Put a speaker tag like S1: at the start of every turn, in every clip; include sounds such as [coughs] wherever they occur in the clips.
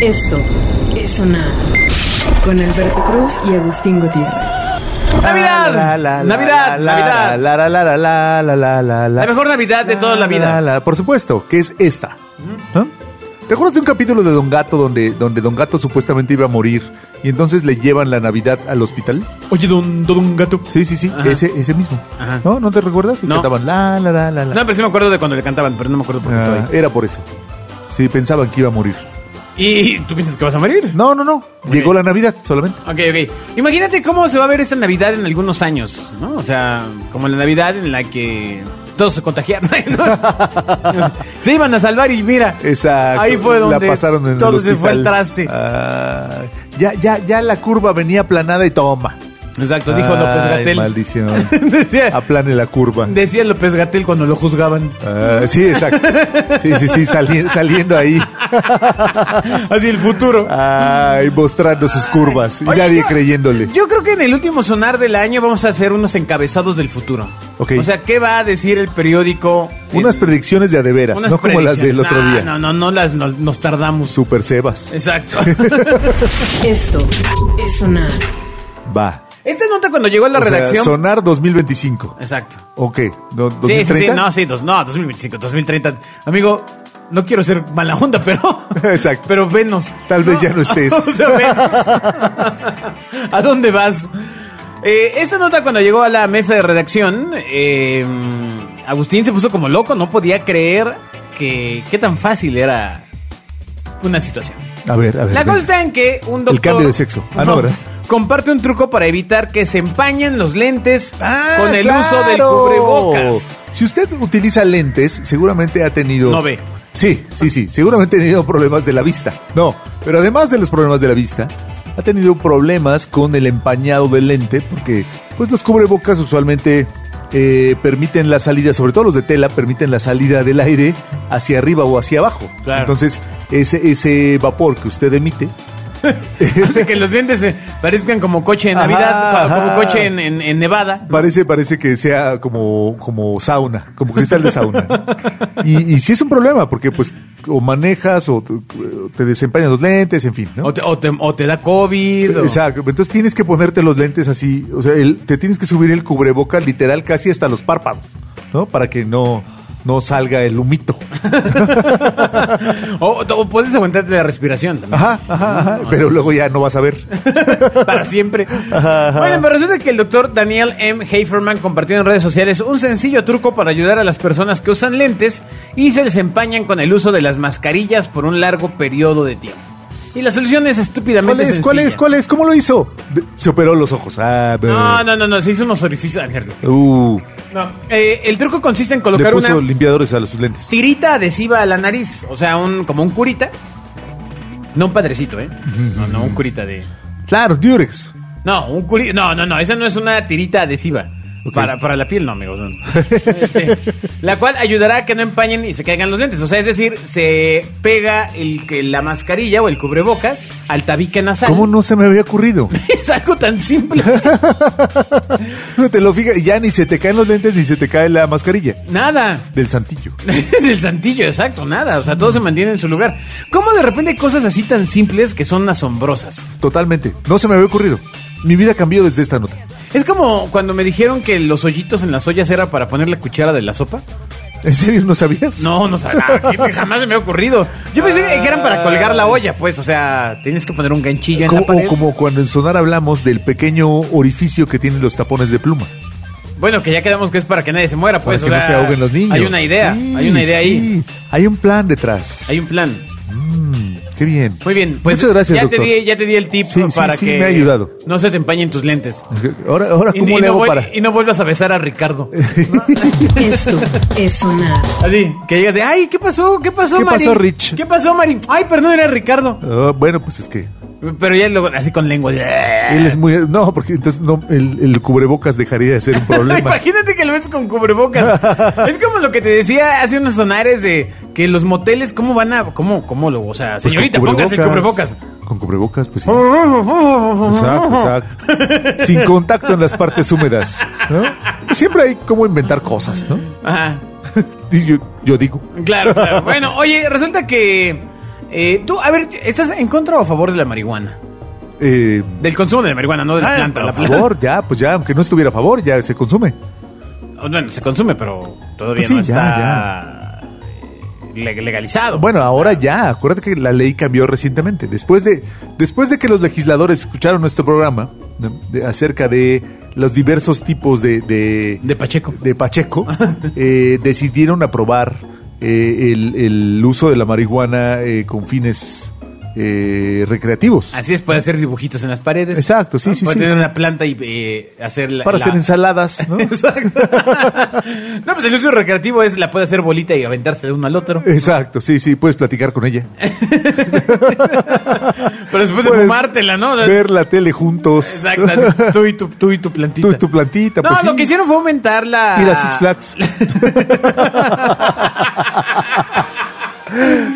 S1: Esto es sonar con Alberto Cruz y Agustín Gutiérrez.
S2: Navidad.
S3: La, la, la,
S2: Navidad,
S3: la,
S2: Navidad.
S3: La, la, la, la, la, la, la, la,
S2: La
S3: la.
S2: mejor Navidad de toda la vida.
S3: la. Por supuesto, que es esta. ¿No? ¿Te acuerdas de un capítulo de Don Gato donde, donde Don Gato supuestamente iba a morir y entonces le llevan la Navidad al hospital?
S2: Oye, don, don, don gato.
S3: Sí, sí, sí,
S2: Ajá.
S3: ese, ese mismo.
S2: Ajá.
S3: ¿No? ¿No te recuerdas? Y
S2: No.
S3: cantaban la, la, la, la, la.
S2: No, pero sí me acuerdo de cuando le cantaban, pero no me acuerdo por qué
S3: Ah,
S2: estaba ahí.
S3: era por eso. Sí, pensaban que iba a morir.
S2: ¿Y tú piensas que vas a morir?
S3: No, no, no. Llegó la Navidad solamente.
S2: Ok, ok. Imagínate cómo se va a ver esa Navidad en algunos años, ¿no? O sea, como la Navidad en la que todos se contagiaron, [laughs] ¿no? se iban a salvar y mira.
S3: Exacto.
S2: Ahí fue donde
S3: la pasaron en
S2: todo
S3: el
S2: se
S3: hospital.
S2: fue al traste.
S3: Ah, ya, ya, ya la curva venía aplanada y toma.
S2: Exacto, dijo
S3: Ay,
S2: López Gatel.
S3: Maldición.
S2: [laughs]
S3: Ah,
S2: decía,
S3: Aplane la curva.
S2: decía López Gatel cuando lo juzgaban.
S3: Ah, sí, exacto. Sí, sí, sí, sali- saliendo ahí.
S2: Así el futuro.
S3: Ah, Ay, mostrando sus curvas. Y
S2: Oye,
S3: nadie
S2: yo-
S3: creyéndole.
S2: Yo creo que en el último sonar del año vamos a hacer unos encabezados del futuro.
S3: Ok.
S2: O sea, ¿qué va a decir el periódico?
S3: Unas
S2: El-
S3: predicciones de adeveras,
S2: unas
S3: no como las del
S2: predicciones.
S3: otro
S2: No,
S3: día.
S2: No, Eh, no, no las no- nos tardamos.
S3: Super Sebas. [laughs]
S2: Exacto.
S1: Esto es sonar
S3: Va.
S2: Esta nota cuando llegó a la
S3: O sea,
S2: redacción.
S3: sonar 2025.
S2: Exacto.
S3: ¿O qué? ¿No-
S2: Sí, sí, sí,
S3: 2030?
S2: no, sí, dos, no, 2025, 2030. Amigo, no quiero ser mala onda, pero.
S3: [laughs] Exacto.
S2: Pero venos.
S3: Tal vez ya
S2: [laughs]
S3: no estés.
S2: O sea, venos. [laughs] ¿A dónde vas? Eh, esta nota cuando llegó a la mesa de redacción, eh, Agustín se puso como loco, no podía creer que qué tan fácil era una situación.
S3: A ver, a ver.
S2: La
S3: ven.
S2: cosa está en que un doctor...
S3: cambio de sexo. Ah, no, ¿verdad?
S2: Comparte un truco para evitar que se empañen los lentes
S3: Ah,
S2: con el
S3: claro.
S2: uso del cubrebocas.
S3: Si usted utiliza lentes, seguramente ha tenido.
S2: No ve.
S3: Sí, sí, sí. Seguramente ha tenido problemas de la vista. No, pero además de los problemas de la vista, ha tenido problemas con el empañado del lente, porque pues los cubrebocas usualmente eh, permiten la salida, sobre todo los de tela, permiten la salida del aire hacia arriba o hacia abajo.
S2: Claro.
S3: Entonces, ese, ese vapor que
S2: [laughs]
S3: usted emite
S2: Hace que los lentes se parezcan como coche de
S3: Ajá,
S2: Navidad, pa-
S3: ajá.
S2: como coche en, en- en Nevada.
S3: Parece, parece que sea como, como sauna, como cristal de sauna. Y, y sí es un problema, porque pues o manejas o te, te desempañan los lentes, en fin, ¿no?
S2: O, te, o te- o te da COVID. o-
S3: Exacto. Entonces tienes que ponerte los lentes así, o sea, el- te tienes que subir el cubreboca literal casi hasta los párpados, ¿no? Para que no, no salga el humito.
S2: O, o puedes aguantarte la respiración también.
S3: Ajá, ajá, ajá. Pero luego ya no vas a ver.
S2: [laughs] Para siempre. Bueno, pero resulta que el doctor Daniel M. Heiferman compartió en redes sociales un sencillo truco para ayudar a las personas que usan lentes y se les empañan con el uso de las mascarillas por un largo periodo de tiempo. Y la solución es
S3: ¿Cuál
S2: estúpidamente
S3: es? ¿Cuál es?
S2: sencilla.
S3: ¿Cuál es? ¿Cómo lo hizo? De- Se operó los ojos. Ah, pero-
S2: No, no, no, no, se hizo unos orificios.
S3: Uh,
S2: No. Eh, el truco consiste en
S3: le
S2: colocar
S3: puso
S2: una...
S3: limpiadores a los- sus lentes.
S2: tirita adhesiva a la nariz, o sea, un como un curita. No un padrecito, ¿eh? No, no, un curita de...
S3: Claro, Durex.
S2: No, un curita... No, no, no, esa no es una tirita adhesiva.
S3: Ok.
S2: Para, para la piel, no, amigos.
S3: [laughs]
S2: no. Este, la cual ayudará a que no empañen y se caigan los lentes. O sea, es decir, se pega el, que la mascarilla o el cubrebocas al tabique nasal. [laughs]
S3: ¿Cómo no se me había ocurrido?
S2: Es algo tan simple.
S3: No te lo fijas, ya ni se te caen los lentes ni se te cae la mascarilla
S2: Nada. [laughs]
S3: del santillo.
S2: del santillo, exacto, nada. O sea, todo se mantiene en su lugar. ¿Cómo de repente hay cosas así tan simples que son asombrosas?
S3: Totalmente, no se me había ocurrido. Mi vida cambió desde esta nota.
S2: Es como cuando me dijeron que los hoyitos en las ollas era para poner la cuchara de la sopa.
S3: ¿En serio no sabías?
S2: No, no sabía. Jamás se me ha ocurrido. Yo pensé que eran para colgar la olla, pues. O sea, tienes que poner un ganchillo en la
S3: Como,
S2: pared.
S3: o como cuando en Sonar hablamos del pequeño orificio que tienen los tapones de pluma.
S2: Bueno, que ya quedamos que es para que nadie se muera,
S3: Para
S2: pues.
S3: que
S2: o
S3: no
S2: sea,
S3: se ahoguen los niños.
S2: Hay una idea,
S3: Sí,
S2: hay una idea ahí.
S3: sí. Hay un plan detrás.
S2: Hay un plan.
S3: Mm, qué bien.
S2: Muy bien, pues
S3: Muchas gracias,
S2: ya, Te
S3: doctor.
S2: di, ya te di el tip
S3: Sí, sí,
S2: para
S3: sí,
S2: que
S3: me ha ayudado.
S2: no se te empañen tus lentes.
S3: Ahora, ahora
S2: Y-
S3: [laughs] ¿cómo
S2: y
S3: le
S2: no
S3: hago
S2: vuel-
S3: para...?
S2: y no vuelvas a besar a
S3: [laughs]
S2: Ricardo.
S1: Esto es sonar
S2: Así, que llegas de, ay, ¿qué pasó? ¿Qué pasó,
S3: ¿Qué
S2: Mari?
S3: pasó, Rich?
S2: ¿Qué pasó, Mari? Ay, perdón, era Ricardo.
S3: Ah, bueno, pues es que
S2: Pero ya luego, así con lengua. de-
S3: él es muy... No, porque entonces no, el, el cubrebocas dejaría de
S2: [laughs]
S3: ser un problema.
S2: Imagínate que lo ves con
S3: [laughs]
S2: cubrebocas. es como lo que te decía hace unos sonares de que los moteles, ¿cómo van a.? ¿Cómo, cómo lo.? O sea,
S3: Pues
S2: señorita,
S3: con
S2: póngase el cubrebocas. Oh.
S3: Con cubrebocas, pues sí. Exacto, exacto. Sin contacto en las partes húmedas. ¿no? Siempre hay cómo inventar cosas, ¿no? [laughs]
S2: Ajá.
S3: Y yo, yo digo.
S2: Claro, claro. Bueno, oye, resulta que Eh, tú, a ver, ¿estás en contra o a favor de la marihuana?
S3: Eh,
S2: Del consumo de la marihuana, no de la
S3: ah,
S2: planta. La
S3: a
S2: planta.
S3: favor, ya, pues ya, aunque no estuviera a favor, ya se consume.
S2: Bueno, se consume, pero todavía
S3: Pues sí,
S2: no
S3: ya,
S2: está eh, le- legalizado.
S3: Bueno, ahora ya, acuérdate que la ley cambió recientemente. Después de, después de que los legisladores escucharon nuestro programa ¿no? de- acerca de los diversos tipos de, de,
S2: De Pacheco.
S3: de
S2: [laughs]
S3: Pacheco, eh, decidieron aprobar eh, el, el uso de la marihuana eh, con fines eh, recreativos.
S2: Así es, puede hacer dibujitos en las paredes.
S3: Exacto, sí,
S2: ¿no?
S3: sí,
S2: Puede
S3: sí.
S2: tener una planta y eh, hacer la.
S3: para
S2: la-
S3: hacer ensaladas, ¿no?
S2: [laughs] Exacto. no, pues el uso recreativo es la puede hacer bolita y aventarse de uno al otro.
S3: Exacto, sí, sí, puedes platicar con ella.
S2: Pero después de
S3: Puedes
S2: fumártela, ¿no?
S3: Pues, Ver la tele juntos.
S2: Exacto, así, tú y tu, tú y tu plantita.
S3: Tú y tu plantita,
S2: No,
S3: pues
S2: lo
S3: sí.
S2: que hicieron fue aumentar la.
S3: [laughs] Ir a Six Flags.
S2: [laughs]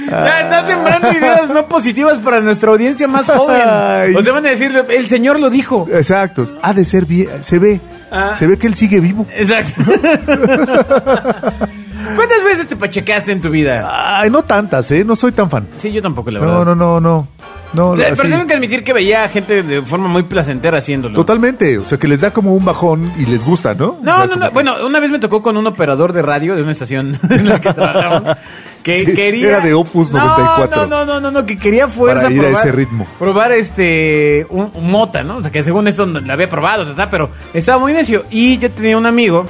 S2: Ya está sembrando ideas no positivas para nuestra audiencia más joven.
S3: Ay.
S2: O sea, van a decir, el señor lo dijo.
S3: Exacto. Ha de ser bien. Se ve.
S2: Ah.
S3: Se ve que él sigue vivo. [laughs]
S2: Exacto. ¿Cuántas veces te pachecaste en tu vida?
S3: Ay, no tantas, ¿eh? No soy tan fan.
S2: Sí, yo tampoco, la verdad.
S3: No, no, no, no. No,
S2: Eh,
S3: así.
S2: Pero tengo que admitir que veía a gente de forma muy placentera haciéndolo.
S3: Totalmente. O sea, que les da como un bajón y les gusta, ¿no? O
S2: No,
S3: sea,
S2: no,
S3: como
S2: no.
S3: que-
S2: Bueno, una vez me tocó con un operador de radio de una estación [laughs] en la que trabajaba. Que
S3: Sí,
S2: quería.
S3: era de Opus 94.
S2: No, no, no, no, no, que quería fuerza.
S3: Para ir a ese ritmo.
S2: Probar este. Un, un mota, ¿no? O sea, que según esto la había probado, ta, ta, pero estaba muy necio. Y yo tenía un amigo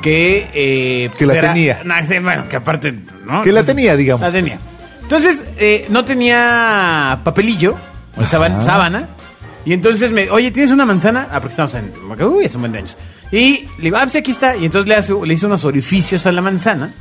S2: que. eh,
S3: Que la tenía.
S2: Nah, sí, bueno, que aparte. ¿no?
S3: Que la tenía, digamos.
S2: La tenía. Entonces, eh, no tenía papelillo, o sábana,
S3: Ajá.
S2: sábana, Y entonces me, oye, ¿tienes una manzana? Ah, porque estamos en. Uy, es un buen de años. Y le digo, ah, pues aquí está. Y entonces le, hace, le hizo unos orificios a la manzana.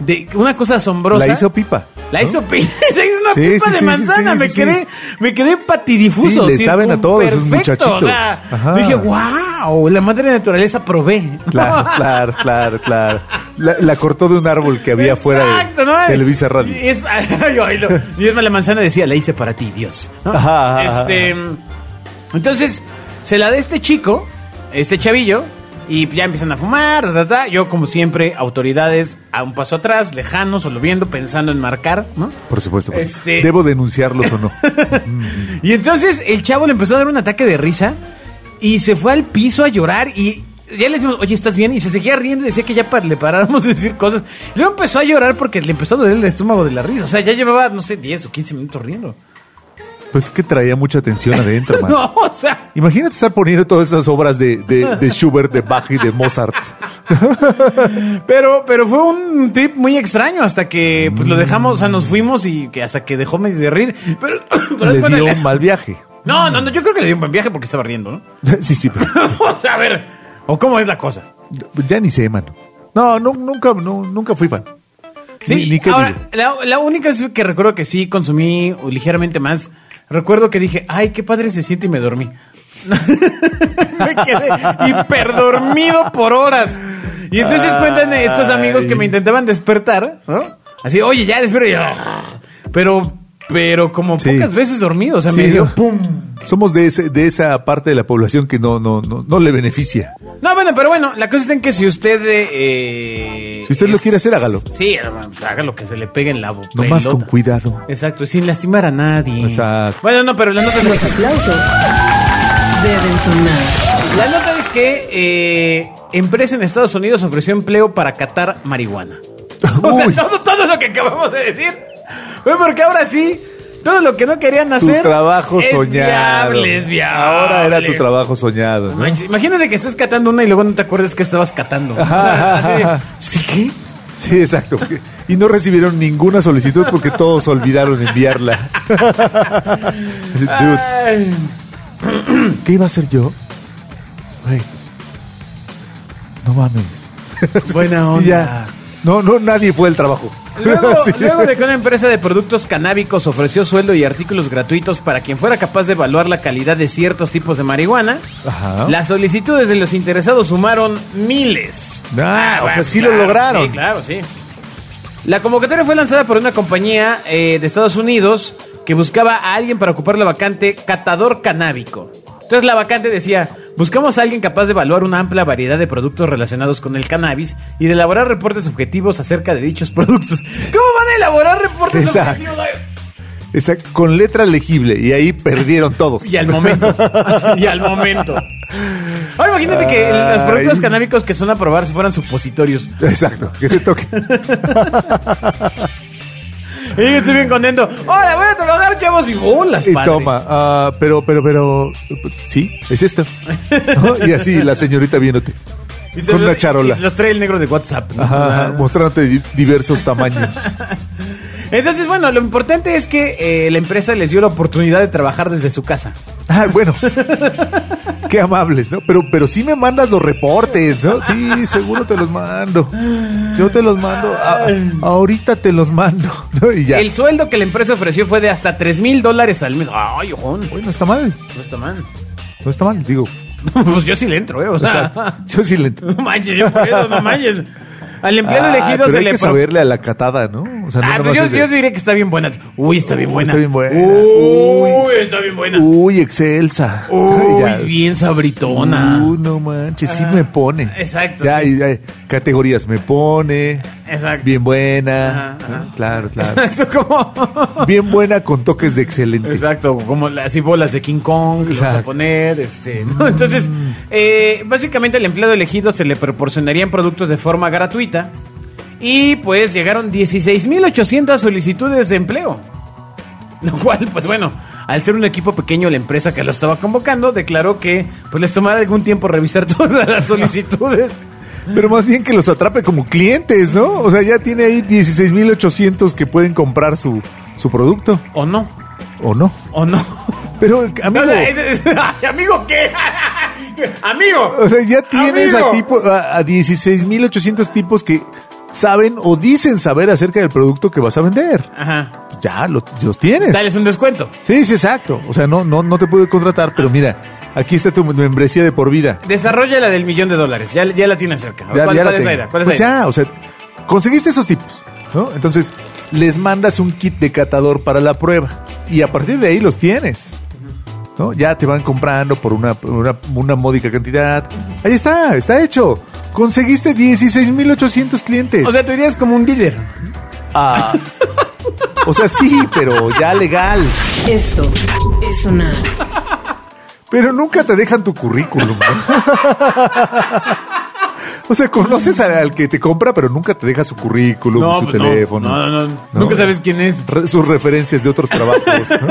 S2: De una cosa asombrosa.
S3: La hizo pipa.
S2: La
S3: ¿no?
S2: hizo pi- [laughs] se hizo una
S3: Sí,
S2: pipa
S3: sí,
S2: de
S3: sí,
S2: manzana.
S3: sí, sí,
S2: me,
S3: sí.
S2: quedé, me quedé patidifuso.
S3: Sí, le saben a todos esos
S2: perfecto, o
S3: muchachitos.
S2: sea,
S3: Ajá.
S2: dije, wow, la madre naturaleza probé.
S3: Claro, claro, claro, claro. La, la cortó de un árbol que había fuera de
S2: Exacto, ¿no?
S3: Televisa Radio.
S2: Y es, [laughs] ay, ay, lo- y es más, la manzana decía, la hice para ti, Dios. ¿no?
S3: Ajá, ajá,
S2: este, Entonces, se la da este chico, este chavillo, y ya empiezan a fumar, ta, ta, ta. yo como siempre, autoridades a un paso atrás, lejanos, solo viendo, pensando en marcar, ¿no?
S3: Por supuesto. por supuesto.
S2: Este-
S3: ¿Debo denunciarlos o no?
S2: Y entonces el chavo le empezó a dar un ataque de risa y se fue al piso a llorar y ya le decimos, oye, ¿estás bien? Y se seguía riendo y decía que ya pa- le paráramos de decir cosas. Luego empezó a llorar porque le empezó a doler el estómago de la risa. O sea, ya llevaba, no sé, 10 o 15 minutos riendo.
S3: Pues es que traía mucha atención
S2: [laughs]
S3: adentro, man.
S2: No, o sea,
S3: Imagínate estar poniendo todas esas obras de, de- de Schubert, de Bach y de Mozart.
S2: pero, pero fue un trip muy extraño hasta que pues, lo dejamos, o sea, nos fuimos y que hasta que dejó medio de rir. [coughs] Pero, [laughs] pero
S3: Le
S2: bueno,
S3: dio un mal viaje. [laughs]
S2: No, no, no, yo creo que le dio un buen viaje porque estaba riendo, ¿no? [laughs]
S3: Sí, sí, pero
S2: o sea, a ver, o cómo es la cosa.
S3: ya ni sé, mano. No, nu- nunca, nu- nunca fui fan.
S2: Sí,
S3: ni, ni qué digo.
S2: ahora, la, la única vez que recuerdo que sí consumí ligeramente más, recuerdo que dije, ay, qué padre se siente y me dormí. [laughs] me quedé hiperdormido por horas. Y entonces cuentan estos amigos que me intentaban despertar, ¿no? Así, oye, ya despierto. Y yo, "Ah". pero, pero como
S3: Sí.
S2: pocas veces dormido, o sea,
S3: Sí,
S2: me dio
S3: no.
S2: pum.
S3: Somos de, ese- de esa parte de la población que no, no, no, no le beneficia.
S2: No, bueno, pero bueno, la cosa está en que si usted... eh,
S3: Si usted lo quiere hacer, hágalo.
S2: Sí, hermano, hágalo, que se le pegue en la boca.
S3: Nomás con cuidado. [laughs]
S2: Exacto, sin lastimar a nadie.
S3: Exacto.
S2: Bueno, no, pero la nota no
S1: Los
S2: es así.
S1: aplausos deben sonar.
S2: La nota es que eh, empresa en Estados Unidos ofreció empleo para catar marihuana. O sea,
S3: Uy.
S2: todo, todo lo que acabamos de decir. Fue porque ahora sí, todo lo que no querían
S3: Tu
S2: hacer.
S3: trabajo
S2: es
S3: soñado.
S2: Viable, es viable.
S3: Ahora era tu trabajo soñado. [laughs] ¿no?
S2: Manches, Imagínate que estés catando una y luego no te acuerdas que estabas catando. [laughs]
S3: Ajá, ajá, ajá.
S2: ¿Sí qué?
S3: Sí, exacto. Y no recibieron ninguna solicitud porque todos olvidaron enviarla. [laughs] Así, dude,
S2: Ay.
S3: ¿Qué iba a hacer yo? Güey, No mames.
S2: Buena onda.
S3: [laughs] Y ya. No, no, nadie fue al trabajo.
S2: Luego,
S3: [laughs] Sí.
S2: luego de que una empresa de productos canábicos ofreció sueldo y artículos gratuitos para quien fuera capaz de evaluar la calidad de ciertos tipos de marihuana,
S3: Ajá.
S2: las solicitudes de los interesados sumaron miles. pues
S3: Ah, o sea, sí
S2: claro,
S3: lo lograron.
S2: Sí, claro, sí. La convocatoria fue lanzada por una compañía eh, de Estados Unidos que buscaba a alguien para ocupar la vacante catador canábico. Entonces la vacante decía, buscamos a alguien capaz de evaluar una amplia variedad de productos relacionados con el cannabis y de elaborar reportes objetivos acerca de dichos productos. ¿Cómo van a elaborar reportes
S3: Exacto.
S2: objetivos?
S3: Exacto, con letra legible. Y ahí perdieron [laughs] todos.
S2: Y al momento. y al momento. Ahora imagínate que
S3: Ay.
S2: los productos canábicos que son a probar si fueran supositorios.
S3: Exacto, que te toque.
S2: Y yo estoy bien contento. Hola, voy a trabajar, chavos. Y bolas,
S3: Y
S2: padre.
S3: toma, ah, pero, pero, pero, sí,
S2: [laughs]
S3: es esto. ¿No? Y así la señorita viéndote.
S2: Y te-
S3: Con una charola.
S2: y los trae el negro de WhatsApp. ¿no?
S3: Ajá, ajá, mostrándote di- diversos tamaños.
S2: Entonces, bueno, lo importante es que eh, la empresa les dio la oportunidad de trabajar desde su casa.
S3: Ah, bueno. Qué amables, ¿no? Pero, pero sí me mandas los reportes, ¿no? Sí, seguro te los mando. Yo te los mando. a- ahorita te los mando. ¿no? Y ya.
S2: El sueldo que la empresa ofreció fue de hasta 3 mil dólares al mes. Ay, ojón.
S3: Uy, no está mal.
S2: No está mal. [laughs]
S3: No está mal, digo.
S2: pues yo sí le entro, ¿eh? O sea,
S3: Exacto. Yo sí le
S2: [laughs] no manches, yo puedo, no manches. Al empleado
S3: Ah,
S2: elegido
S3: pero
S2: se
S3: hay
S2: le
S3: que
S2: pro-
S3: saberle a la catada, ¿no? O sea, no
S2: Ah,
S3: nomás
S2: pues yo,
S3: es de-
S2: yo diré que está bien buena. Uy, está bien
S3: Uy,
S2: buena.
S3: está bien buena.
S2: Uy, está bien buena.
S3: Uy, excelsa. [laughs]
S2: Uy,
S3: Ya.
S2: bien sabritona.
S3: Uy, Uh, no manches, sí me pone.
S2: exacto,
S3: Ya,
S2: sí.
S3: y- ya, categorías, me pone.
S2: Exacto. [laughs]
S3: Bien buena. ¿Eh?
S2: Ajá, ajá.
S3: Claro, claro.
S2: Exacto, como.
S3: Bien buena con toques de excelente.
S2: Exacto, como las y bolas de King Kong, que vas a
S3: Exacto. Mm.
S2: poner, este. ¿no? Entonces, eh, básicamente al empleado elegido se le proporcionarían productos de forma gratuita. Y pues llegaron 16.800 solicitudes de empleo. [laughs] Lo cual, pues bueno, al ser un equipo pequeño, la empresa que lo estaba convocando declaró que pues les tomará algún tiempo revisar [laughs] todas las solicitudes.
S3: Pero más bien que los atrape como clientes, ¿no? O sea, ya tiene ahí 16.800 que pueden comprar su, su producto.
S2: ¿O no?
S3: ¿O no?
S2: ¿O no?
S3: Pero, amigo,
S2: O sea, es- es- [laughs] ay, ¿Amigo qué? ¡Amigo!
S3: o sea, ya tienes
S2: ¡Amigo!
S3: a, tipo, a, a 16.800 tipos que saben o dicen saber acerca del producto que vas a vender.
S2: Ajá.
S3: Ya, lo- los tienes.
S2: Dales un descuento.
S3: Sí, sí, exacto. O sea, no, no, no te pude contratar, pero mira, aquí está tu membresía de por vida.
S2: Desarrolla la del millón de dólares. Ya, ya la tienen cerca.
S3: Ya-
S2: ¿Cuál,
S3: ya la
S2: cuál es la
S3: tengo.
S2: idea? ¿Cuál es
S3: pues
S2: la idea?
S3: ya, o sea, conseguiste esos tipos, ¿no? Entonces, les mandas un kit de catador para la prueba y a partir de ahí los tienes. ¿No? Ya te van comprando por una, por una, una módica cantidad. Ahí está, está hecho. Conseguiste 16.800 clientes.
S2: O sea, tu idea es como un dealer.
S3: Ah. o
S2: [laughs]
S3: sea, sí, pero ya legal.
S1: Esto es sonar.
S3: Pero nunca te dejan tu currículum.
S2: [laughs]
S3: ¿no? o sea, conoces al, al que te compra, pero nunca te deja su currículum,
S2: No,
S3: su
S2: pues no.
S3: teléfono.
S2: No, no, no. Nunca sabes quién es.
S3: Re- sus referencias de otros trabajos.
S2: [laughs]
S3: ¿no?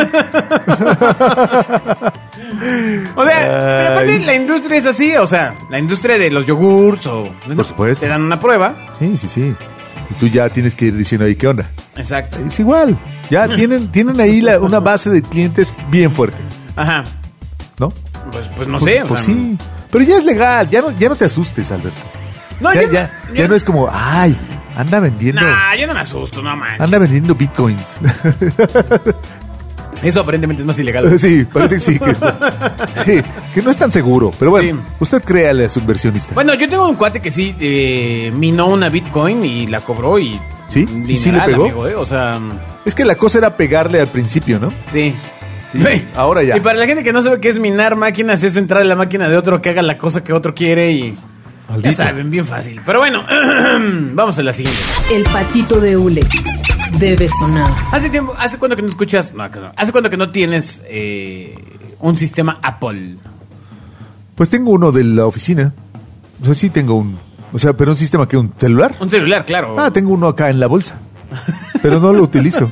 S2: O sea, pero aparte
S3: Ay.
S2: la industria es así. O sea, la industria de los yogurts o...
S3: Por supuesto.
S2: Te dan una prueba.
S3: Sí, sí, sí. Y tú ya tienes que ir diciendo ahí qué onda.
S2: Exacto.
S3: Es igual. Ya tienen, tienen ahí la- una base de clientes bien fuerte,
S2: Ajá.
S3: ¿no?
S2: Pues, pues no
S3: Pues-
S2: sé. o
S3: Pues
S2: sea,
S3: sí. Pero ya es legal, ya no, ya no te asustes, Alberto.
S2: No,
S3: ya,
S2: yo no-
S3: ya,
S2: yo
S3: ya
S2: no-
S3: no es como, ay, anda vendiendo,
S2: Nah, yo no me asusto, no manches.
S3: anda vendiendo bitcoins.
S2: Eso aparentemente es más ilegal. [laughs]
S3: [laughs] Sí, parece que sí. Que, sí, que no es tan seguro. Pero bueno,
S2: Sí.
S3: usted créale a su inversionista.
S2: Bueno, yo tengo un cuate que sí eh, minó una Bitcoin y la cobró y...
S3: Sí,
S2: un
S3: sí, sí le
S2: dineral,
S3: pegó.
S2: amigo, ¿eh? O sea...
S3: Es que la cosa era pegarle al principio, ¿no?
S2: Sí.
S3: Sí, ahora ya.
S2: Y para la gente que no sabe qué es minar máquinas, es entrar en la máquina de otro que haga la cosa que otro quiere y.
S3: Maldito.
S2: Ya saben, bien fácil. Pero bueno, [clears throat] vamos a la siguiente.
S1: El patito de hule debe sonar.
S2: Hace tiempo, hace cuánto que no escuchas. No, que no. hace cuánto que no tienes eh, un sistema Apple.
S3: Pues tengo uno de la oficina. O sea, sí tengo un. O sea, pero un sistema que un celular.
S2: Un celular, claro.
S3: Ah, tengo uno acá en la bolsa. Pero no
S2: [laughs]
S3: lo utilizo.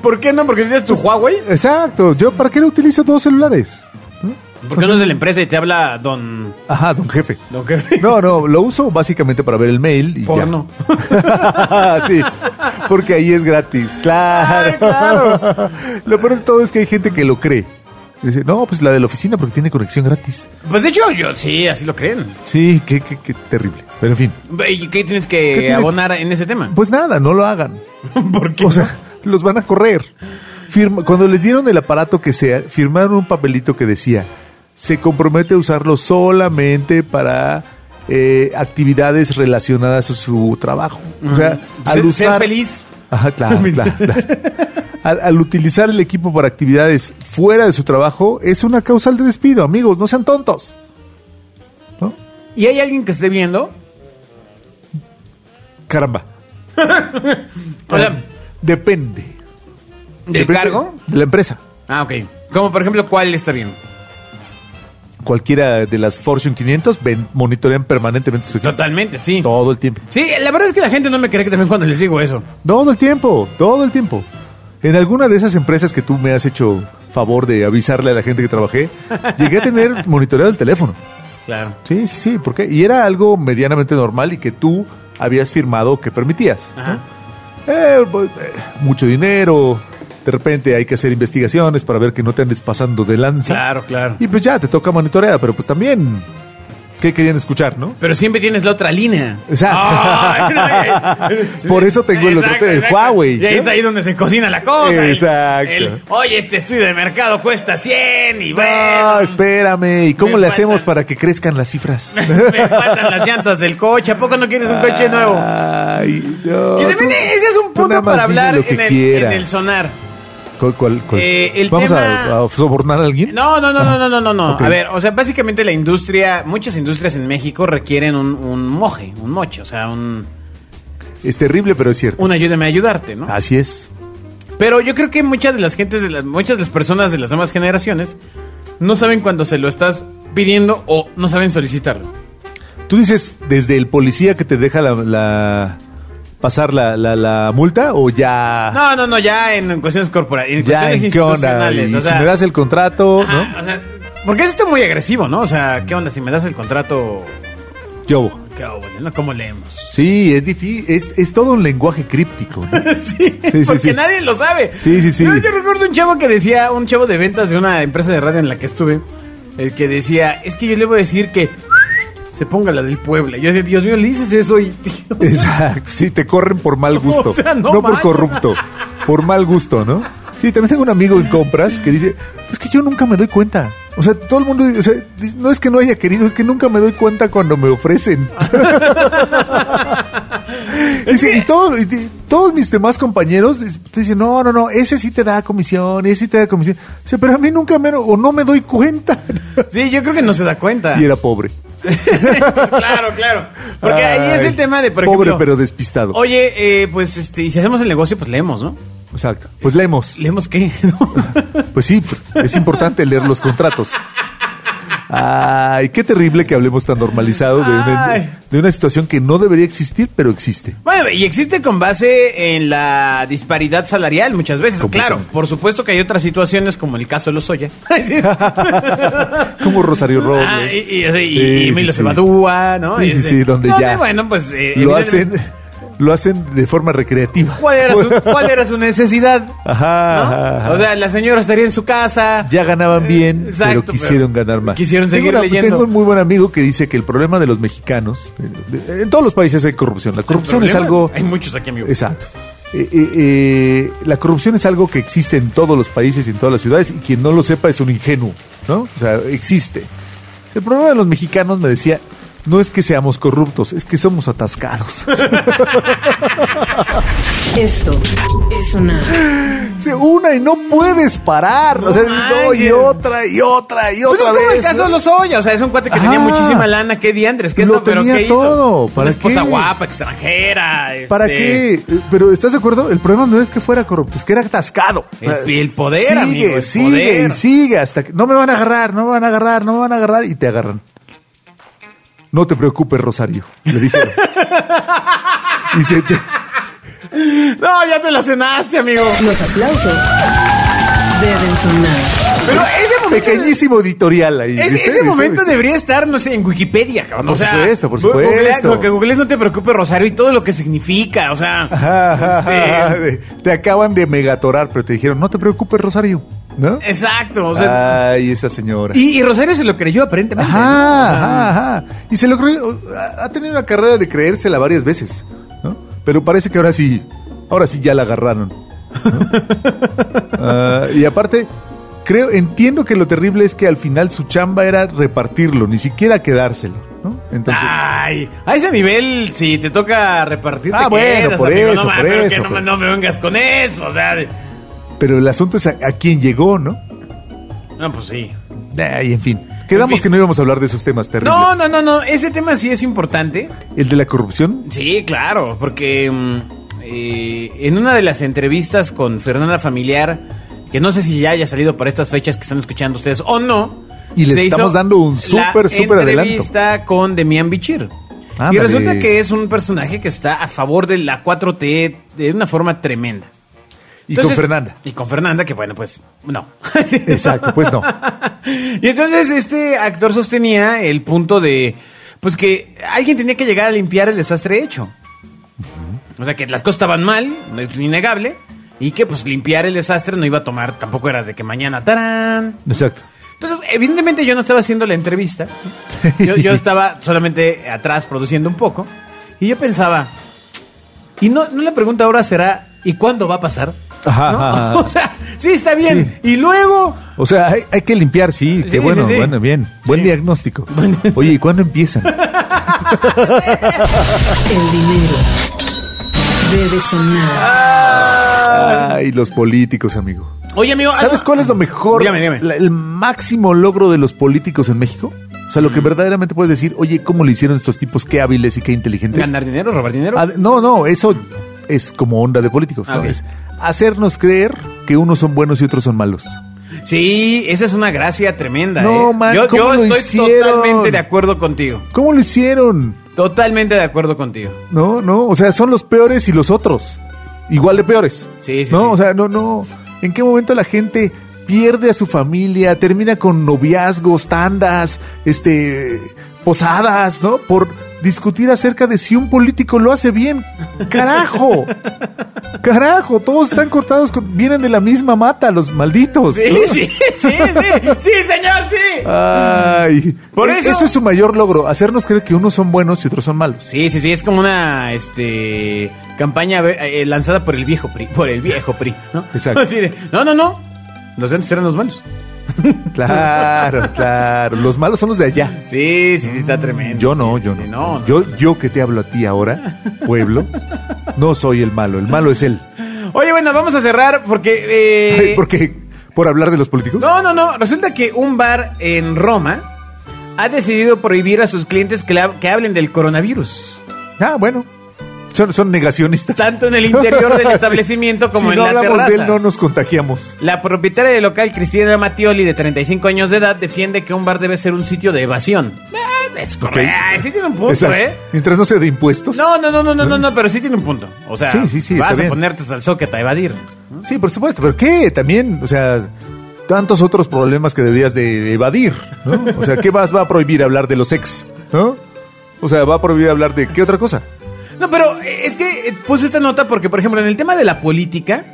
S2: ¿Por qué no? Porque tienes tu Huawei.
S3: Exacto. ¿Yo para qué lo utilizo dos celulares?
S2: ¿Por
S3: Pues
S2: qué no es de la empresa y te habla don.
S3: Ajá, don jefe.
S2: don jefe? [laughs]
S3: No, no, lo uso básicamente para ver el mail y ya.
S2: Porno.
S3: [laughs] sí, porque ahí es gratis, claro.
S2: Ay, claro.
S3: [laughs] Lo peor de todo es que hay gente que lo cree. Dice, no, pues la de la oficina porque tiene conexión gratis.
S2: Pues de hecho, yo sí, así lo creen.
S3: Sí, qué, qué, qué terrible. Pero en fin,
S2: ¿Y qué tienes que
S3: tiene?
S2: abonar en ese
S3: [laughs]
S2: tema?
S3: pues nada, no lo hagan.
S2: ¿Por qué?
S3: O sea, los van a correr. Firma- cuando les dieron el aparato que sea, firmaron un papelito que decía, se compromete a usarlo solamente para eh, actividades relacionadas a su trabajo. O sea, al
S2: Ser- ser
S3: usar...
S2: feliz.
S3: Ajá,
S2: [laughs]
S3: claro, claro, claro. Al, al utilizar el equipo para actividades fuera de su trabajo, es una causal de despido, amigos, no sean tontos. ¿No?
S2: ¿Y hay alguien que esté viendo?
S3: Caramba.
S2: O sea,
S3: Depende.
S2: ¿Del
S3: Depende
S2: cargo?
S3: De la empresa.
S2: Ah, ok. Como por ejemplo, ¿cuál está bien?
S3: Cualquiera de las Fortune 500 ven- monitorean permanentemente su equipo.
S2: Totalmente, sí.
S3: Todo el tiempo.
S2: Sí, la verdad es que la gente no me cree que también cuando les digo eso.
S3: Todo el tiempo, todo el tiempo. En alguna de esas empresas que tú me has hecho favor de avisarle a la gente
S2: [laughs]
S3: que trabajé, llegué a tener monitoreado el teléfono.
S2: Claro.
S3: Sí, sí, sí, ¿por qué? Y era algo medianamente normal y que tú habías firmado que permitías.
S2: Ajá.
S3: Eh, pues, eh, mucho dinero, de repente hay que hacer investigaciones para ver que no te andes pasando de lanza.
S2: Claro, claro.
S3: Y pues ya, te toca monitorear, pero pues también, ¿qué querían escuchar, no?
S2: Pero siempre tienes la otra línea.
S3: Exacto.
S2: [laughs] Ay, no,
S3: Por eso tengo el otro, el Huawey,
S2: Y ahí
S3: ¿no?
S2: es ahí donde se cocina la cosa. el-
S3: Exacto.
S2: el, Oye, este estudio de mercado cuesta 100 y
S3: No,
S2: bueno.
S3: Ah, espérame, ¿y cómo
S2: me
S3: le hacemos
S2: faltan-
S3: para que crezcan las cifras?
S2: [laughs] me faltan las llantas del coche. ¿A poco no quieres un coche nuevo?
S3: Ay, no.
S2: Y también
S3: tú-
S2: ese es un
S3: tú nada
S2: punto
S3: más
S2: para
S3: dime
S2: hablar
S3: lo que
S2: en el, en
S3: quieras.
S2: el sonar.
S3: ¿Cuál- cuál- cuál?
S2: Eh, el
S3: ¿Vamos a-
S2: tema-
S3: a, sobornar a alguien?
S2: No, no, no, no, no, no, no, no.
S3: Ah. Ok.
S2: A ver, o sea, básicamente la industria, muchas industrias en México requieren un, un moje, un moche, o sea, un,
S3: Es terrible, pero es cierto.
S2: un ayúdame a ayudarte, ¿no?
S3: Así es.
S2: Pero yo creo que muchas de las gentes, de las, muchas de las personas de las demás generaciones no saben cuando se lo estás pidiendo o no saben solicitarlo.
S3: Tú dices desde el policía que te deja la, la- pasar la, la- la multa o ya
S2: No, no, no, ya en cuestiones corporativas, en
S3: Ah. ya
S2: cuestiones
S3: en qué onda
S2: institucionales.
S3: y
S2: o sea,
S3: si me das el contrato,
S2: ajá, o sea, porque eso está muy agresivo, ¿no? O sea, ¿qué onda? Si me das el contrato,
S3: ¿no? Yo.
S2: ¿qué hago, bueno, ¿no? ¿Cómo leemos?
S3: Sí, es difícil, es, es todo un lenguaje críptico. ¿no?
S2: [laughs] sí,
S3: sí,
S2: porque
S3: sí.
S2: nadie lo sabe.
S3: Sí, sí, sí.
S2: No, yo recuerdo un chavo que decía, un chavo de ventas de una empresa de radio en la que estuve, el que decía, es que yo le voy a decir que se ponga la del Puebla. Yo decía, Dios mío, le dices eso y... [laughs] tío,
S3: Exacto, sí, te corren por mal
S2: [laughs]
S3: gusto,
S2: O sea, no
S3: no,
S2: manches.
S3: por corrupto, por mal gusto, ¿no? Sí, también tengo un amigo en compras que dice, es que yo nunca me doy cuenta. O sea, todo el mundo, o sea, dice, no es que no haya querido, es que nunca me doy cuenta cuando me
S2: [laughs]
S3: ofrecen. Dice, y, todo- y di- todos mis demás compañeros dis- te dicen, no, no, no, ese sí te da comisión, ese sí te da comisión. O sea, pero a mí nunca me, o no me doy cuenta. [laughs]
S2: Sí, yo creo que no se da cuenta.
S3: Y era pobre.
S2: [laughs] claro, claro. Porque ahí es
S3: Ay,
S2: el tema de, por
S3: Pobre
S2: ejemplo,
S3: pero despistado.
S2: Oye, eh, pues este, y si hacemos el negocio, pues leemos, ¿no?
S3: Exacto. Pues leemos.
S2: ¿Leemos qué? [laughs] ¿No?
S3: Pues sí, es importante leer los contratos. Ay, qué terrible que hablemos tan normalizado de
S2: Ay.
S3: una, de una situación que no debería existir, pero existe.
S2: Bueno, y existe con base en la disparidad salarial muchas veces. Claro,
S3: Completamente.
S2: por supuesto que hay otras situaciones como el caso de los
S3: [laughs]
S2: Oya.
S3: Como Rosario Robles.
S2: Ah, y, y, y,
S3: Sí,
S2: y
S3: sí,
S2: Emilio
S3: sí.
S2: Cebadúa, ¿no?
S3: Sí,
S2: Y
S3: sí,
S2: ese-
S3: sí, donde ya
S2: y Bueno, pues... eh,
S3: lo, hacen,
S2: evidentemente-
S3: lo hacen de forma recreativa.
S2: ¿Cuál
S3: [laughs]
S2: era su, cuál era su necesidad?
S3: Ajá,
S2: ¿no?
S3: ajá, ajá.
S2: O sea, la señora estaría en su casa.
S3: Ya ganaban bien,
S2: Eh, exacto,
S3: pero quisieron
S2: pero
S3: ganar más.
S2: quisieron
S3: Tengo
S2: seguir
S3: una-
S2: leyendo.
S3: Tengo un muy buen amigo que dice que el problema de los mexicanos, de- de- en todos los países hay corrupción. La corrupción es
S2: Problema,
S3: algo...
S2: Hay muchos aquí, amigo.
S3: Exacto. Eh, eh, eh, la corrupción es algo que existe en todos los países y en todas las ciudades y quien no lo sepa es un ingenuo, ¿no? O sea, existe. El problema de los mexicanos, me decía, no es que seamos corruptos, es que somos
S2: [laughs]
S3: atascados.
S1: Esto es sonar.
S3: Se una y no puedes parar. o sea,
S2: No
S3: no, y
S2: manches.
S3: otra y otra y
S2: Pues
S3: otra
S2: es como
S3: vez.
S2: el caso de los Oya, o sea, es un cuate que
S3: Ah.
S2: tenía muchísima lana, qué diandres, qué
S3: Lo
S2: esto, pero
S3: tenía
S2: qué hizo?
S3: todo, ¿para
S2: Una esposa
S3: qué?
S2: guapa, extranjera.
S3: ¿Para
S2: este,
S3: qué? Eh, Pero ¿estás de acuerdo? El problema no es que fuera corrupto, es que era atascado. Ah,
S2: El- el poder,
S3: sigue,
S2: amigo, el
S3: sigue,
S2: poder.
S3: y sigue hasta que no me van a agarrar, no me van a agarrar, no me van a agarrar y te agarran. No te preocupes, Rosario, le
S2: [laughs]
S3: dijeron. y se te-
S2: No, ya te la cenaste, amigo.
S1: Los aplausos deben sonar.
S2: Pero ese momento.
S3: pequeñísimo editorial ahí.
S2: ese-
S3: ¿viste?
S2: ese
S3: ¿Viste?
S2: momento
S3: ¿Viste?
S2: debería estar, no sé, en Wikipedia, cabrón.
S3: Por
S2: o sea,
S3: supuesto, por
S2: gu- googlea-
S3: supuesto.
S2: Lo que googlees no te preocupes, Rosario, y todo lo que significa, o sea.
S3: Ajá, ajá, ajá,
S2: este,
S3: de- Te acaban de megatorar, pero te dijeron, no te preocupes, Rosario, ¿no?
S2: exacto, Eh, o sea.
S3: Ay, esa señora.
S2: y, y Rosario se lo creyó aparentemente. ¿no? O
S3: Ah. Ajá,
S2: sea,
S3: ajá, ajá. Y se lo creyó- ha tenido una carrera de creérsela varias veces, ¿no? Pero parece que ahora sí, ahora sí ya la agarraron.
S2: [laughs]
S3: ¿no? Ah, y aparte, creo, entiendo que lo terrible es que al final su chamba era repartirlo, ni siquiera quedárselo, ¿no? Entonces,
S2: Ay, a ese nivel, si te toca repartir, te
S3: Ah, bueno,
S2: quedas,
S3: por
S2: amigo,
S3: eso,
S2: no, ma,
S3: por
S2: pero que
S3: eso, pues.
S2: no,
S3: por-
S2: no me vengas con eso, o sea, de-
S3: pero el asunto es a, a quién llegó, ¿no?
S2: no, pues sí.
S3: Y en fin, quedamos
S2: En fin.
S3: que no íbamos a hablar de esos temas terribles.
S2: No, no, no, no, ese tema sí es importante.
S3: El de la corrupción,
S2: Sí, claro, porque mm, eh, en una de las entrevistas con Fernanda Familiar, que no sé si ya haya salido para estas fechas que están escuchando ustedes o no.
S3: Y les
S2: le hizo
S3: estamos dando un
S2: la
S3: súper, súper adelanto.
S2: entrevista con Demian Bichir. Y
S3: Ándale.
S2: resulta que es un personaje que está a favor de la 4T de una forma tremenda.
S3: Y
S2: Entonces-
S3: con Fernanda.
S2: Y con Fernanda, que bueno, pues no. [laughs]
S3: Exacto, pues no.
S2: y entonces este actor sostenía el punto de, pues que alguien tenía que llegar a limpiar el desastre hecho. O sea, que las cosas estaban mal, es innegable, y que pues limpiar el desastre no iba a tomar, tampoco era de que mañana, tarán.
S3: Exacto.
S2: Entonces, evidentemente yo no estaba haciendo la
S3: [laughs]
S2: entrevista, yo, yo estaba solamente atrás produciendo un poco, y yo pensaba, y no, no la pregunta ahora será, ¿y cuándo va a pasar?
S3: Ajá,
S2: ¿No?
S3: ajá,
S2: [laughs]
S3: ajá.
S2: O sea, sí, está bien, y luego...
S3: O sea, hay, hay que limpiar, sí,
S2: Sí,
S3: qué bueno,
S2: sí, sí.
S3: bueno, bien. Buen
S2: Sí. [laughs]
S3: diagnóstico. Oye, ¿y cuándo empiezan?
S1: El dinero debe sonar.
S3: Ay, los políticos, amigo.
S2: Oye, amigo.
S3: ¿Sabes
S2: ah,
S3: cuál es lo mejor?
S2: Dígame, dígame.
S3: la- el máximo logro de los políticos en México. O sea, lo que verdaderamente puedes decir, oye, ¿cómo le hicieron estos tipos? Qué hábiles y qué inteligentes.
S2: ¿Ganar dinero, robar dinero?
S3: Ad- No, no, eso es como onda de políticos,
S2: Ah, ok.
S3: ¿sabes? Hacernos creer que unos son buenos y otros son malos.
S2: Sí, esa es una gracia tremenda.
S3: No,
S2: eh.
S3: man,
S2: yo
S3: ¿cómo
S2: yo
S3: lo
S2: estoy
S3: hicieron?
S2: totalmente de acuerdo contigo.
S3: ¿Cómo lo hicieron?
S2: Totalmente de acuerdo contigo.
S3: No, no, o sea, son los peores y los otros. Igual de peores.
S2: Sí, sí,
S3: No,
S2: sí.
S3: o sea, no, no. ¿En qué momento la gente pierde a su familia, termina con noviazgos, tandas, este, posadas, ¿no? Por discutir acerca de si un político lo hace bien. ¡Carajo! ¡Carajo! Todos están cortados, con- vienen de la misma mata, los malditos.
S2: Sí,
S3: ¿no?
S2: sí, sí, sí, sí, señor, sí.
S3: Ay,
S2: Por
S3: e-
S2: eso-
S3: es su mayor logro, hacernos creer que unos son buenos y otros son malos.
S2: Sí, sí, sí, es como una este campaña eh, lanzada por el viejo PRI, por el viejo PRI, ¿no?
S3: Exacto.
S2: Así de, no, no, no. Los de antes eran los buenos. [laughs]
S3: Claro, claro. Los malos son los de allá.
S2: Sí, sí, sí, está tremendo.
S3: Yo no,
S2: Sí,
S3: yo
S2: sí,
S3: no.
S2: sí,
S3: yo, yo que te hablo a ti ahora, pueblo, no soy el malo, el malo es él.
S2: Oye, bueno, vamos a cerrar porque... eh,
S3: Ay, [laughs] ¿Por qué? ¿Por hablar de los políticos?
S2: No, no, no. Resulta que un bar en Roma ha decidido prohibir a sus clientes que, la- que hablen del coronavirus.
S3: Ah, bueno. Son, son negacionistas.
S2: Tanto en el interior
S3: [laughs]
S2: del establecimiento como
S3: si
S2: en
S3: no
S2: la
S3: hablamos
S2: terraza.
S3: de él, no nos contagiamos.
S2: La propietaria del local, Cristina Mattioli, de 35 años de edad, defiende que un bar debe ser un sitio de evasión. Eh, Es correcto. Ah, Sí tiene un punto,
S3: Exacto.
S2: ¿eh?
S3: Mientras no sea de impuestos.
S2: No, no, no, no, no, no, no, pero sí tiene un punto. O sea,
S3: Sí, sí, sí,
S2: vas
S3: está
S2: a
S3: bien.
S2: ponerte hasta el socket a evadir.
S3: Sí, por supuesto, pero ¿qué? También, o sea, tantos otros problemas que deberías de evadir, ¿no? O sea, ¿qué más va a prohibir hablar de los ex? ¿No? O sea, va a prohibir hablar de qué otra cosa?
S2: No, pero eh, es que eh, puse esta nota porque, por ejemplo, en el tema de la política,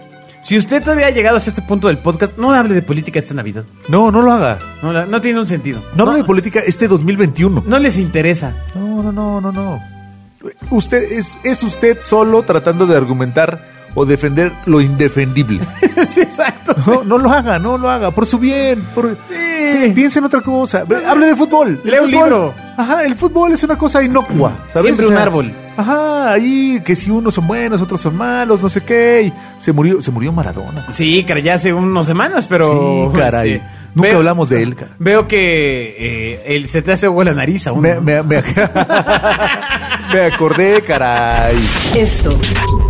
S2: si usted todavía ha llegado hasta este punto del podcast, no hable de política esta Navidad.
S3: No, no lo haga.
S2: No, la- no tiene un sentido.
S3: No, hable de política este 2021.
S2: no les interesa.
S3: [laughs] No, no, no, no, no. Usted es, es usted solo tratando de argumentar o defender lo indefendible.
S2: Sí, exacto.
S3: No, no lo haga, no lo haga, por su bien. Por,
S2: Sí.
S3: Piense en otra cosa. Ve, Hable de fútbol.
S2: Lea
S3: El
S2: un
S3: fútbol.
S2: libro.
S3: Ajá, el fútbol es una cosa inocua. ¿sabes?
S2: Siembre un árbol.
S3: Ajá, ahí que si unos son buenos, otros son malos, no sé qué. y se murió, se murió Maradona.
S2: Sí, cara, ya hace unas semanas, pero. este,
S3: Sí, caray. Nunca hablamos de él, cara.
S2: Veo que eh, él se te hace agua la nariz aún.
S3: Me,
S2: ¿no?
S3: me- me- [laughs] me acordé, caray.
S1: Esto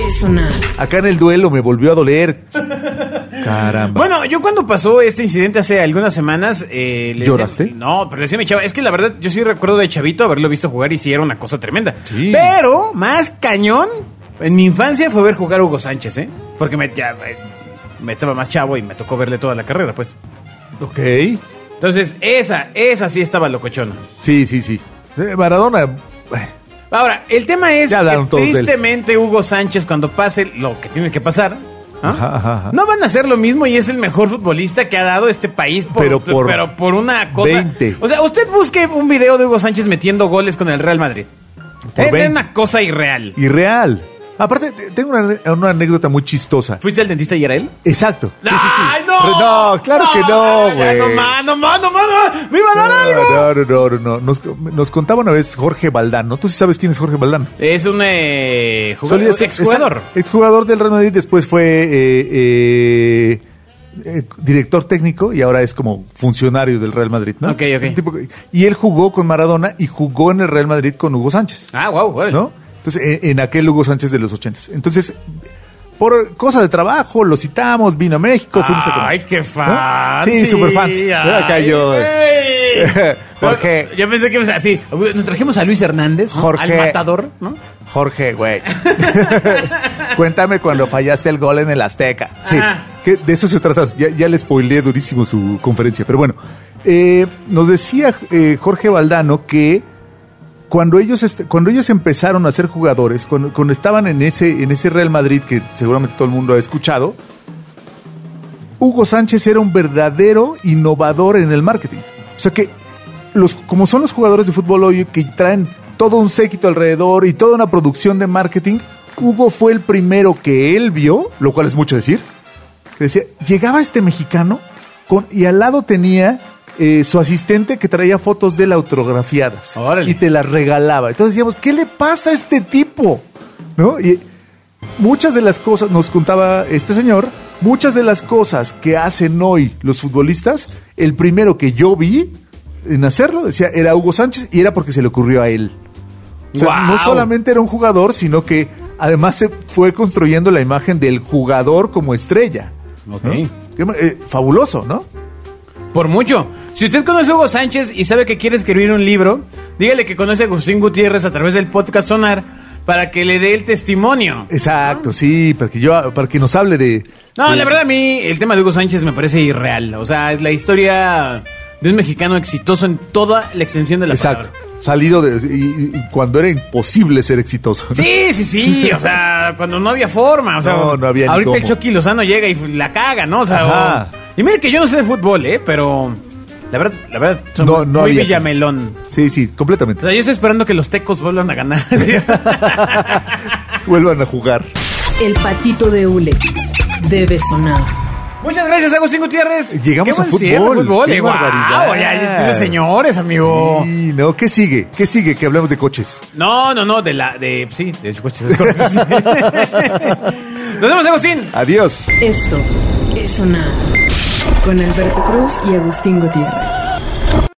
S1: es sonar.
S3: Acá en el duelo me volvió a doler. Caramba.
S2: Bueno, yo cuando pasó este incidente hace algunas semanas... eh, le decía-
S3: ¿Lloraste?
S2: no, pero le decía a mi chava, es que la verdad yo sí recuerdo de chavito haberlo visto jugar y sí era una cosa tremenda.
S3: Sí.
S2: Pero más cañón, en mi infancia fue ver jugar a Hugo Sánchez, ¿eh? Porque me, ya, eh, me estaba más chavo y me tocó verle toda la carrera, pues.
S3: ok.
S2: Entonces, esa, esa sí estaba locochona.
S3: Sí, sí, sí. Eh, Maradona. eh,
S2: Ahora, el tema es
S3: Ya hablaron
S2: que
S3: todos de él.
S2: tristemente Hugo Sánchez cuando pase lo que tiene que pasar... ¿ah?
S3: Ajá, ajá, ajá.
S2: No van a hacer lo mismo y es el mejor futbolista que ha dado este país por, pero
S3: Pero
S2: por,
S3: por
S2: una cosa.
S3: 20.
S2: O sea, usted busque un video de Hugo Sánchez metiendo goles con el Real Madrid.
S3: Por
S2: Es
S3: 20.
S2: una cosa irreal.
S3: Irreal. Aparte, te- tengo una, una anécdota muy chistosa.
S2: ¿Fuiste al dentista y era él?
S3: Exacto. Sí, sí, sí.
S2: ¡Ay,
S3: Re-
S2: no!
S3: No, claro que no,
S2: ya,
S3: güey.
S2: No, ma, no, ma, no, ma, no. ¡Me iba a dar algo!
S3: No, no, no, no, no. Nos, nos contaba una vez Jorge Valdano. Tú sí sabes quién es Jorge Valdano.
S2: Es un eh, jugador,
S3: Solía ser-
S2: exjugador.
S3: exacto, Exjugador del Real Madrid, después fue eh, eh, eh, director técnico y ahora es como funcionario del Real Madrid, ¿no?
S2: Ok, ok.
S3: Es un tipo que- y él jugó con Maradona y jugó en el Real Madrid con Hugo Sánchez,
S2: Ah, wow,
S3: ¿no? Entonces, e, en, en aquel Hugo Sánchez de los ochentas. Entonces, por cosa de trabajo, lo citamos, vino a México, fuimos a comer.
S2: Ay, qué
S3: ¿No?
S2: fan.
S3: Sí, super fans. Acá yo. eh. [laughs] Jorge.
S2: Yo pensé que ibas así. Nos trajimos a Luis Hernández, ¿no?
S3: Jorge.
S2: al matador, ¿no?
S3: Jorge, güey. [laughs] Cuéntame cuando fallaste el gol en el Azteca. Sí,
S2: Ajá.
S3: que de eso se trata. Ya, ya le spoileé durísimo su conferencia. Pero bueno, eh, nos decía eh, Jorge Valdano que cuando ellos, est- cuando ellos empezaron a ser jugadores, cuando, cuando estaban en ese, en ese Real Madrid que seguramente todo el mundo ha escuchado, Hugo Sánchez era un verdadero innovador en el marketing. O sea que, los, como son los jugadores de fútbol hoy que traen todo un séquito alrededor y toda una producción de marketing, Hugo fue el primero que él vio, lo cual es mucho decir, que decía, llegaba este mexicano con, y al lado tenía eh, su asistente que traía fotos de él autografiadas
S2: Órale.
S3: y te las regalaba. Entonces decíamos, ¿qué le pasa a este tipo? ¿No? Y muchas de las cosas, nos contaba este señor, muchas de las cosas que hacen hoy los futbolistas, el primero que yo vi en hacerlo, decía, era Hugo Sánchez y era porque se le ocurrió a él. O sea,
S2: ¡Guau!
S3: no solamente era un jugador, sino que además se fue construyendo la imagen del jugador como estrella.
S2: Ok.
S3: ¿no? Qué ma- eh, fabuloso, ¿no?
S2: Por mucho. Si usted conoce a Hugo Sánchez y sabe que quiere escribir un libro, dígale que conoce a Agustín Gutiérrez a través del podcast Sonar para que le dé el testimonio.
S3: Exacto, sí, para que yo, para que nos hable de.
S2: No,
S3: de-
S2: la verdad a mí el tema de Hugo Sánchez me parece irreal. O sea, es la historia de un mexicano exitoso en toda la extensión de la
S3: Exacto.
S2: palabra.
S3: Salido de. y- y cuando era imposible ser exitoso. ¿no?
S2: Sí, sí, sí, o
S3: [laughs]
S2: sea, cuando no había forma, o sea,
S3: No, no había ni
S2: ahorita el
S3: cómo.
S2: Chucky Lozano llega y la caga, ¿no? O sea,
S3: Ajá.
S2: o- y mire que yo no sé de fútbol, eh, pero la verdad, la verdad son
S3: No, no
S2: muy
S3: había.
S2: villamelón.
S3: Sí, sí,
S2: O
S3: completamente.
S2: sea, yo estoy esperando que los tecos vuelvan a
S3: [laughs]
S2: ganar. ¿sí?
S3: Vuelvan a jugar.
S1: El patito de Ule debe sonar.
S2: Muchas gracias, Agustín Gutiérrez.
S3: Llegamos
S2: Qué
S3: a
S2: buen
S3: fútbol.
S2: cierre, fútbol.
S3: Qué
S2: eh, guau,
S3: barbaridad.
S2: ya, ya, ya, señores, amigo.
S3: Y no, ¿qué sigue? ¿Qué sigue? Que hablamos de coches.
S2: No, no, no, de la, de, sí, de hecho, coches, es correcto, sí. [laughs] Nos vemos, Agustín.
S3: Adiós.
S1: Esto es sonar. Con Alberto Cruz y Agustín Gutiérrez.